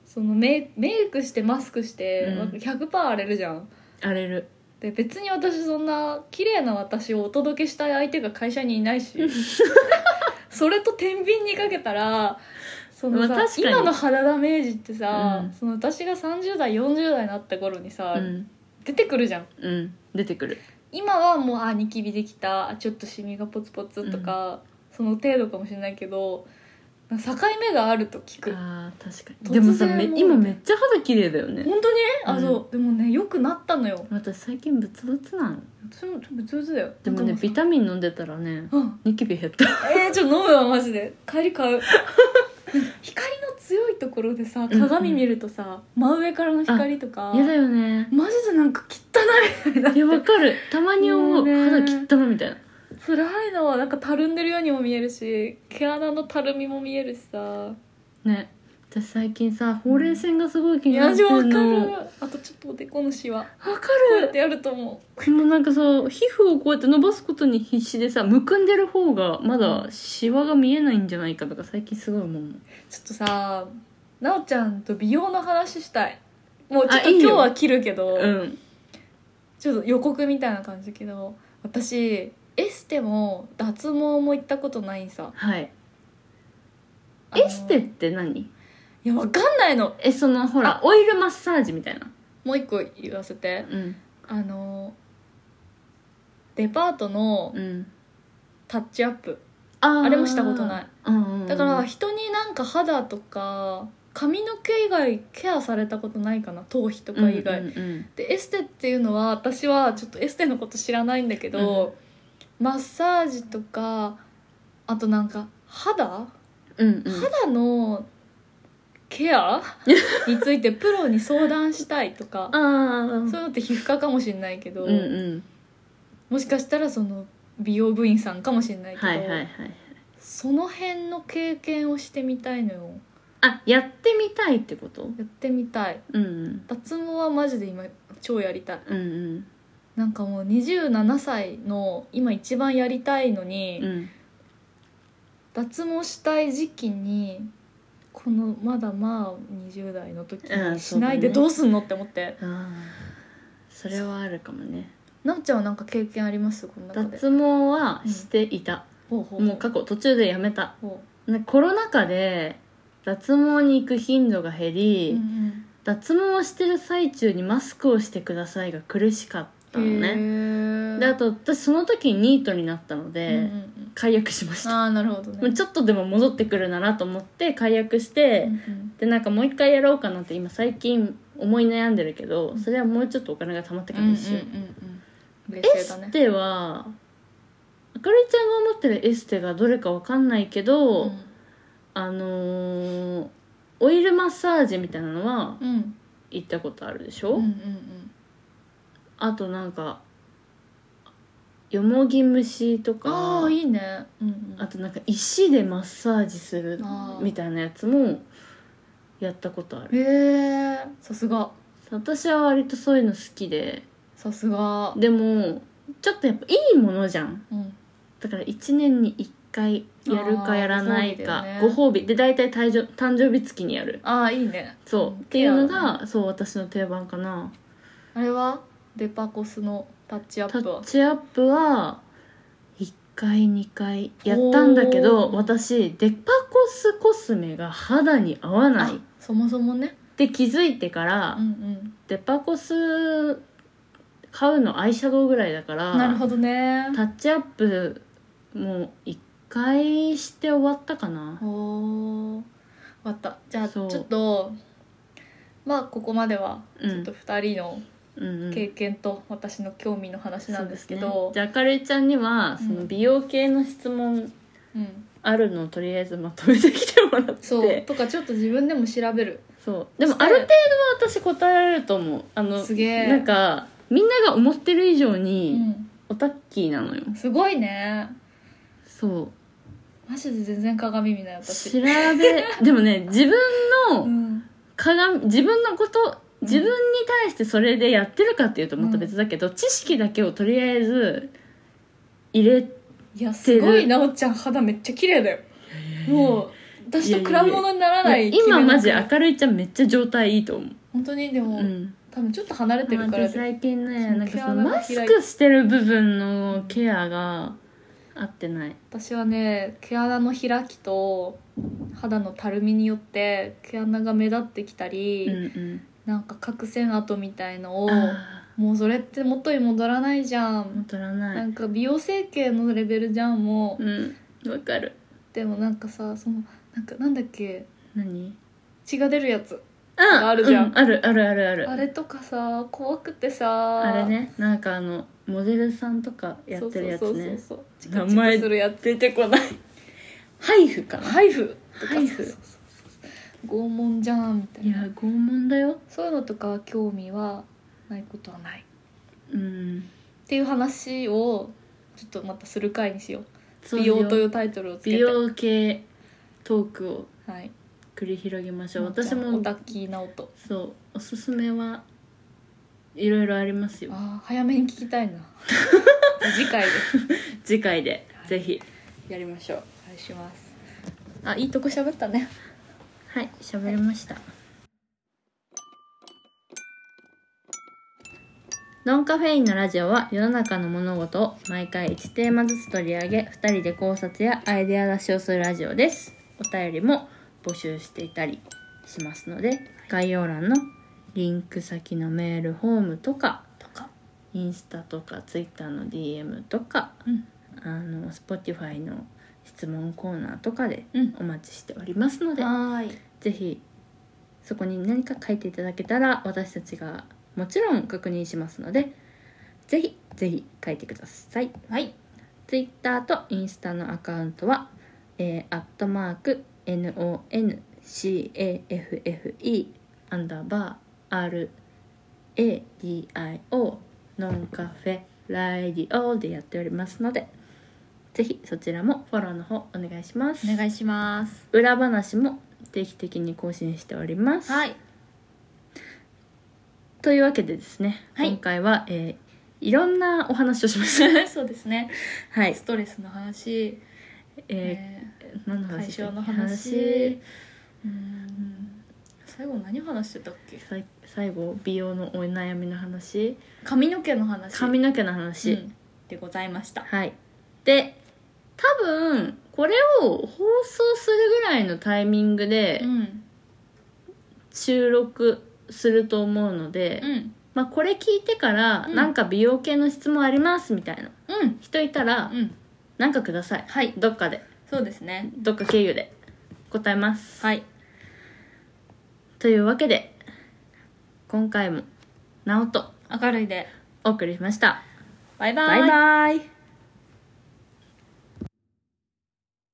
[SPEAKER 3] そのメイメイクしてマスクして、
[SPEAKER 2] うん
[SPEAKER 3] 100%荒れるじゃん
[SPEAKER 2] 荒れる
[SPEAKER 3] で別に私そんな綺麗な私をお届けしたい相手が会社にいない
[SPEAKER 2] [laughs]
[SPEAKER 3] しそれと天秤にかけたらそのさ、
[SPEAKER 2] まあ確かに
[SPEAKER 3] 今の肌ダメージってさ、
[SPEAKER 2] うん
[SPEAKER 3] その私が30代40代になった頃にさ、
[SPEAKER 2] うん
[SPEAKER 3] 出てくるじゃん
[SPEAKER 2] うん出てくる
[SPEAKER 3] 今はもうあニキビできたあちょっとシミがポツポツとか、その程度かもしれないけどなんか境目があると聞く
[SPEAKER 2] あー確か
[SPEAKER 3] 突
[SPEAKER 2] にでもさ
[SPEAKER 3] 然
[SPEAKER 2] め
[SPEAKER 3] もう
[SPEAKER 2] 今めっちゃ肌綺麗だよね
[SPEAKER 3] 本当にあ、
[SPEAKER 2] うん
[SPEAKER 3] そうでもねよくなったのよ
[SPEAKER 2] 私最近ブツブツなの
[SPEAKER 3] 私もちょっとブツブツだよ
[SPEAKER 2] でも
[SPEAKER 3] な
[SPEAKER 2] ね
[SPEAKER 3] んか
[SPEAKER 2] ビタミン飲んでたらね
[SPEAKER 3] う
[SPEAKER 2] ニキビ減った
[SPEAKER 3] んえー、ちょっと飲むわマジで帰り [laughs] 買う光の強いところでさ
[SPEAKER 2] んうん
[SPEAKER 3] 鏡見るとさ、真上からの光とか
[SPEAKER 2] 嫌だよね
[SPEAKER 3] マジでなんか汚いみたいになっ
[SPEAKER 2] い
[SPEAKER 3] て
[SPEAKER 2] やわかるたまに
[SPEAKER 3] も
[SPEAKER 2] 思う
[SPEAKER 3] うね
[SPEAKER 2] 肌切ったなみたいな
[SPEAKER 3] 辛いのはなんかたるんでるようにも見えるし毛穴のたるみも見えるしさ
[SPEAKER 2] ね私最近さほうれい線がすごい気
[SPEAKER 3] い
[SPEAKER 2] にな
[SPEAKER 3] や
[SPEAKER 2] っ
[SPEAKER 3] 味
[SPEAKER 2] て
[SPEAKER 3] わか
[SPEAKER 2] ん
[SPEAKER 3] る
[SPEAKER 2] のわ
[SPEAKER 3] あとちょっとおでこのシワ
[SPEAKER 2] か
[SPEAKER 3] こうやっ
[SPEAKER 2] る
[SPEAKER 3] てやると思
[SPEAKER 2] でもなんかそう皮膚をこうやって伸ばすことに必死でさむくんでる方がまだシワが見えないんじゃないかとか最近すごい思うの
[SPEAKER 3] うちょっとさなおちゃんと美容の話したいもうちょっ
[SPEAKER 2] あ
[SPEAKER 3] と
[SPEAKER 2] いいよ
[SPEAKER 3] 今日は切るけど
[SPEAKER 2] うん
[SPEAKER 3] ちょっと予告みたいな感じだけど私エステも脱毛も行ったことないんさ
[SPEAKER 2] はい
[SPEAKER 3] あの
[SPEAKER 2] エステって何
[SPEAKER 3] いやわかんないの
[SPEAKER 2] えそのほらオイルマッサージみたいな
[SPEAKER 3] もう一個言わせて
[SPEAKER 2] うん
[SPEAKER 3] あのデパートの
[SPEAKER 2] うん
[SPEAKER 3] タッチアップ
[SPEAKER 2] あー
[SPEAKER 3] あれもしたことない、
[SPEAKER 2] うんうんうん
[SPEAKER 3] だから人になんか肌とか髪の毛以外ケアされたことないかな頭皮とか以外、
[SPEAKER 2] うんうんうん
[SPEAKER 3] でエステっていうのは私はちょっとエステのこと知らないんだけど、マッサージとかあとなんか肌
[SPEAKER 2] うんうん
[SPEAKER 3] 肌のケ
[SPEAKER 2] [laughs]
[SPEAKER 3] アについてプロに相談したいとか
[SPEAKER 2] ああ
[SPEAKER 3] そういうのって皮膚科かもしれないけど、
[SPEAKER 2] うんうん
[SPEAKER 3] もしかしたらその美容部員さんかもしれないけど、
[SPEAKER 2] はいはいはい
[SPEAKER 3] その辺の経験をしてみたいのよ
[SPEAKER 2] あやってみたいってこと
[SPEAKER 3] やってみたい
[SPEAKER 2] うんうん
[SPEAKER 3] 脱毛はマジで今超やりたい
[SPEAKER 2] うん
[SPEAKER 3] なんかもう27歳の今一番やりたいのに、
[SPEAKER 2] うんうん
[SPEAKER 3] 脱毛したい時期にこのまだまあ20代の時
[SPEAKER 2] う
[SPEAKER 3] に
[SPEAKER 2] ん
[SPEAKER 3] しないで
[SPEAKER 2] そうだね
[SPEAKER 3] どうすんのって思って、
[SPEAKER 2] あーそれはあるかもね
[SPEAKER 3] なおちゃんはなんか経験ありますこの中で
[SPEAKER 2] 脱毛はしていた、
[SPEAKER 3] ほうほ
[SPEAKER 2] もう過去途中でやめた
[SPEAKER 3] ほ
[SPEAKER 2] ねコロナ禍で脱毛に行く頻度が減
[SPEAKER 3] う、
[SPEAKER 2] り、
[SPEAKER 3] うん
[SPEAKER 2] 脱毛をしてる最中にマスクをしてくださいが苦しかった
[SPEAKER 3] うん
[SPEAKER 2] のね
[SPEAKER 3] へー
[SPEAKER 2] であと私その時ニートになったの
[SPEAKER 3] うん
[SPEAKER 2] で、
[SPEAKER 3] うんうん
[SPEAKER 2] 解約しまし
[SPEAKER 3] あ
[SPEAKER 2] た
[SPEAKER 3] あなるほど
[SPEAKER 2] もう
[SPEAKER 3] ね
[SPEAKER 2] ちょっとでも戻ってくるならと思って解約して、
[SPEAKER 3] うんうん
[SPEAKER 2] でなんかもう一回やろうかなって今最近思い悩んでるけどそれはもうちょっとお金が貯まってからにしよう、
[SPEAKER 3] うんうんうんうん冷
[SPEAKER 2] エ
[SPEAKER 3] 静だ
[SPEAKER 2] ス
[SPEAKER 3] ね
[SPEAKER 2] テはあかりちゃんが思ってるエステがどれかわかんないけど、
[SPEAKER 3] うん
[SPEAKER 2] あのーオイルマッサージみたいなのは
[SPEAKER 3] うん
[SPEAKER 2] 行ったことあるでし
[SPEAKER 3] う
[SPEAKER 2] ょ、
[SPEAKER 3] んうんうん
[SPEAKER 2] あとなんかよもぎ虫と
[SPEAKER 3] あ
[SPEAKER 2] か
[SPEAKER 3] あいいねうんうん
[SPEAKER 2] あとなんか石でマッサージする
[SPEAKER 3] あー
[SPEAKER 2] みたいなやつもやったことある
[SPEAKER 3] へえさすが
[SPEAKER 2] 私は割とそういうの好きで
[SPEAKER 3] さすが
[SPEAKER 2] でもちょっとやっぱいいものじゃん
[SPEAKER 3] うん
[SPEAKER 2] だから1年に1回やるかやらない
[SPEAKER 3] あ
[SPEAKER 2] か
[SPEAKER 3] ー
[SPEAKER 2] ご褒美,、で大体誕生誕生日付きにやる
[SPEAKER 3] ああいいね
[SPEAKER 2] そう、
[SPEAKER 3] うん
[SPEAKER 2] っていうの
[SPEAKER 3] ケアだ
[SPEAKER 2] がそう私の定番かな
[SPEAKER 3] あれはデパコスのタッチア
[SPEAKER 2] タ
[SPEAKER 3] ップは
[SPEAKER 2] ッチアップは1回2回やったんだけど
[SPEAKER 3] おー
[SPEAKER 2] 私デパコスコスメが肌に合わないっ
[SPEAKER 3] あそもそもね
[SPEAKER 2] て気づいてから、
[SPEAKER 3] うん
[SPEAKER 2] デパコス買うのアイシャドウぐらいだか
[SPEAKER 3] う
[SPEAKER 2] ら
[SPEAKER 3] んなるほどね
[SPEAKER 2] タッチアップも1回して終わったかな
[SPEAKER 3] おー終わったじゃあち
[SPEAKER 2] そ
[SPEAKER 3] ょ
[SPEAKER 2] う
[SPEAKER 3] っとまあここまでは
[SPEAKER 2] うん
[SPEAKER 3] ちょっと2人の
[SPEAKER 2] うんうん
[SPEAKER 3] 経験と私の興味の話なんですけ
[SPEAKER 2] そう
[SPEAKER 3] ど
[SPEAKER 2] ね、じゃああかりちゃんにはその美容系の質問
[SPEAKER 3] うん
[SPEAKER 2] あるのをとりあえずまとめてきてもらって
[SPEAKER 3] そうとかちょっと自分でも調べる
[SPEAKER 2] そうでも
[SPEAKER 3] して
[SPEAKER 2] ある程度は私答えられると思うあの
[SPEAKER 3] すげえ
[SPEAKER 2] なんかみんなが思ってる以上
[SPEAKER 3] う
[SPEAKER 2] に
[SPEAKER 3] ん
[SPEAKER 2] オタッキーなのよ、
[SPEAKER 3] すごいね
[SPEAKER 2] そう
[SPEAKER 3] マジで全然鏡見ない私 [laughs]
[SPEAKER 2] 調べでもね自分
[SPEAKER 3] う
[SPEAKER 2] の
[SPEAKER 3] ん
[SPEAKER 2] 鏡自分のこと
[SPEAKER 3] ん
[SPEAKER 2] 自分に対してそれでやってるかっていうとまた別だけど、知識だけをとりあえず入れ
[SPEAKER 3] いやすごいなおちゃん肌めっちゃ綺麗だよもう私と比べ物にならない
[SPEAKER 2] 今マジ
[SPEAKER 3] あ
[SPEAKER 2] 明るいちゃんめっちゃ状態いいと思う、
[SPEAKER 3] 本当にでも、
[SPEAKER 2] うん、
[SPEAKER 3] 多分ちょっと離れてるから
[SPEAKER 2] 私最近ねなんかその
[SPEAKER 3] 毛穴が
[SPEAKER 2] マ
[SPEAKER 3] 開いて
[SPEAKER 2] スクしてる部分のケアが合ってない
[SPEAKER 3] 私はね毛穴の開きと肌のたるみによって毛穴が目立ってきたり、
[SPEAKER 2] うん
[SPEAKER 3] なんか角栓跡みたいの
[SPEAKER 2] う
[SPEAKER 3] を
[SPEAKER 2] んあ
[SPEAKER 3] もうそれって元に戻らないじゃ
[SPEAKER 2] ー
[SPEAKER 3] ん、
[SPEAKER 2] 戻らな
[SPEAKER 3] ないんか美容整形のレベルじゃんもう、
[SPEAKER 2] うんわかる
[SPEAKER 3] でもなんかさそのなんかなんだっけ
[SPEAKER 2] 何
[SPEAKER 3] 血が出るやつ
[SPEAKER 2] あ
[SPEAKER 3] あるじゃん
[SPEAKER 2] うあるあるあるある
[SPEAKER 3] あれとかさ怖くてさ
[SPEAKER 2] あれねなんかあのモデルさんとかやってるや
[SPEAKER 3] そうそうそ
[SPEAKER 2] つ
[SPEAKER 3] う
[SPEAKER 2] ね
[SPEAKER 3] そうチ
[SPEAKER 2] 名
[SPEAKER 3] ク
[SPEAKER 2] 前
[SPEAKER 3] チクするやつ
[SPEAKER 2] 出てこないハイフかな
[SPEAKER 3] ハイフとか
[SPEAKER 2] ハイフ
[SPEAKER 3] そうそうそうそう拷問じゃんみたい
[SPEAKER 2] い
[SPEAKER 3] な
[SPEAKER 2] や拷問だよ
[SPEAKER 3] そういうのとかは興味はないことはない
[SPEAKER 2] うん
[SPEAKER 3] っていう話をちょっとまたする回にしよう
[SPEAKER 2] そう
[SPEAKER 3] 美
[SPEAKER 2] よ
[SPEAKER 3] 容というタイトルをつけて
[SPEAKER 2] 美容系トークを
[SPEAKER 3] はい
[SPEAKER 2] 繰り広げましょう
[SPEAKER 3] じゃあ
[SPEAKER 2] 私
[SPEAKER 3] オ
[SPEAKER 2] も
[SPEAKER 3] タッキーな音
[SPEAKER 2] そうおすすめはいろいろありますよ
[SPEAKER 3] あー早めに聞きたい [laughs] な次回で
[SPEAKER 2] 次回で
[SPEAKER 3] はい
[SPEAKER 2] ぜひ
[SPEAKER 3] やりましょうお願いしますあいいとこ喋ったね
[SPEAKER 2] はい喋りましたノンカフェインのラジオは世の中の物事を毎回1テーマずつ取り上げ2人で考察やアイデア出しをするラジオですお便りも募集していたりしますので概要欄のリンク先のメールフォームとか
[SPEAKER 3] とか
[SPEAKER 2] インスタとかツイッターの DM とか、
[SPEAKER 3] うん
[SPEAKER 2] あの Spotify の質問コーナーとかで
[SPEAKER 3] うん
[SPEAKER 2] お待ちしておりますので、
[SPEAKER 3] はーい
[SPEAKER 2] ぜひそこに何か書いていただけたら私たちがもちろん確認しますのでぜひぜひ書いてください
[SPEAKER 3] はい
[SPEAKER 2] ツイッターとインスタのアカウントは、えー、アットマーク NONCAFFE アンダーバー RADIO ノンカフェラディオでやっておりますのでぜひそちらもフォローの方お願いします
[SPEAKER 3] お願いします
[SPEAKER 2] 裏話も定期的に更新しております、
[SPEAKER 3] はい
[SPEAKER 2] というわけでですね、
[SPEAKER 3] はい
[SPEAKER 2] 今回は、えーいろんなお話をしまし
[SPEAKER 3] [laughs]
[SPEAKER 2] た
[SPEAKER 3] そうですね
[SPEAKER 2] はい
[SPEAKER 3] ストレスの話、
[SPEAKER 2] え
[SPEAKER 3] えー
[SPEAKER 2] ー何の話
[SPEAKER 3] 解
[SPEAKER 2] でしたっ
[SPEAKER 3] 消
[SPEAKER 2] け
[SPEAKER 3] の話うん最後何話してたっけ
[SPEAKER 2] さい最後美容のお悩みの話
[SPEAKER 3] 髪の毛の話
[SPEAKER 2] 髪の毛の
[SPEAKER 3] う
[SPEAKER 2] 話、
[SPEAKER 3] んでございました
[SPEAKER 2] はいで多分これを放送するぐらいのタイミングで
[SPEAKER 3] うん
[SPEAKER 2] 収録すると思うので、
[SPEAKER 3] うん
[SPEAKER 2] まあ、これ聞いてから、
[SPEAKER 3] うん
[SPEAKER 2] なんか美容系の質問ありますみたいな
[SPEAKER 3] うん
[SPEAKER 2] 人いたら、
[SPEAKER 3] うん
[SPEAKER 2] なんかください
[SPEAKER 3] はい
[SPEAKER 2] どっかで
[SPEAKER 3] そうですね
[SPEAKER 2] どっか経由で答えます、
[SPEAKER 3] はい
[SPEAKER 2] というわけで今回もなおと
[SPEAKER 3] 明るいで
[SPEAKER 2] お送りしました
[SPEAKER 3] バイバ
[SPEAKER 2] バイバイ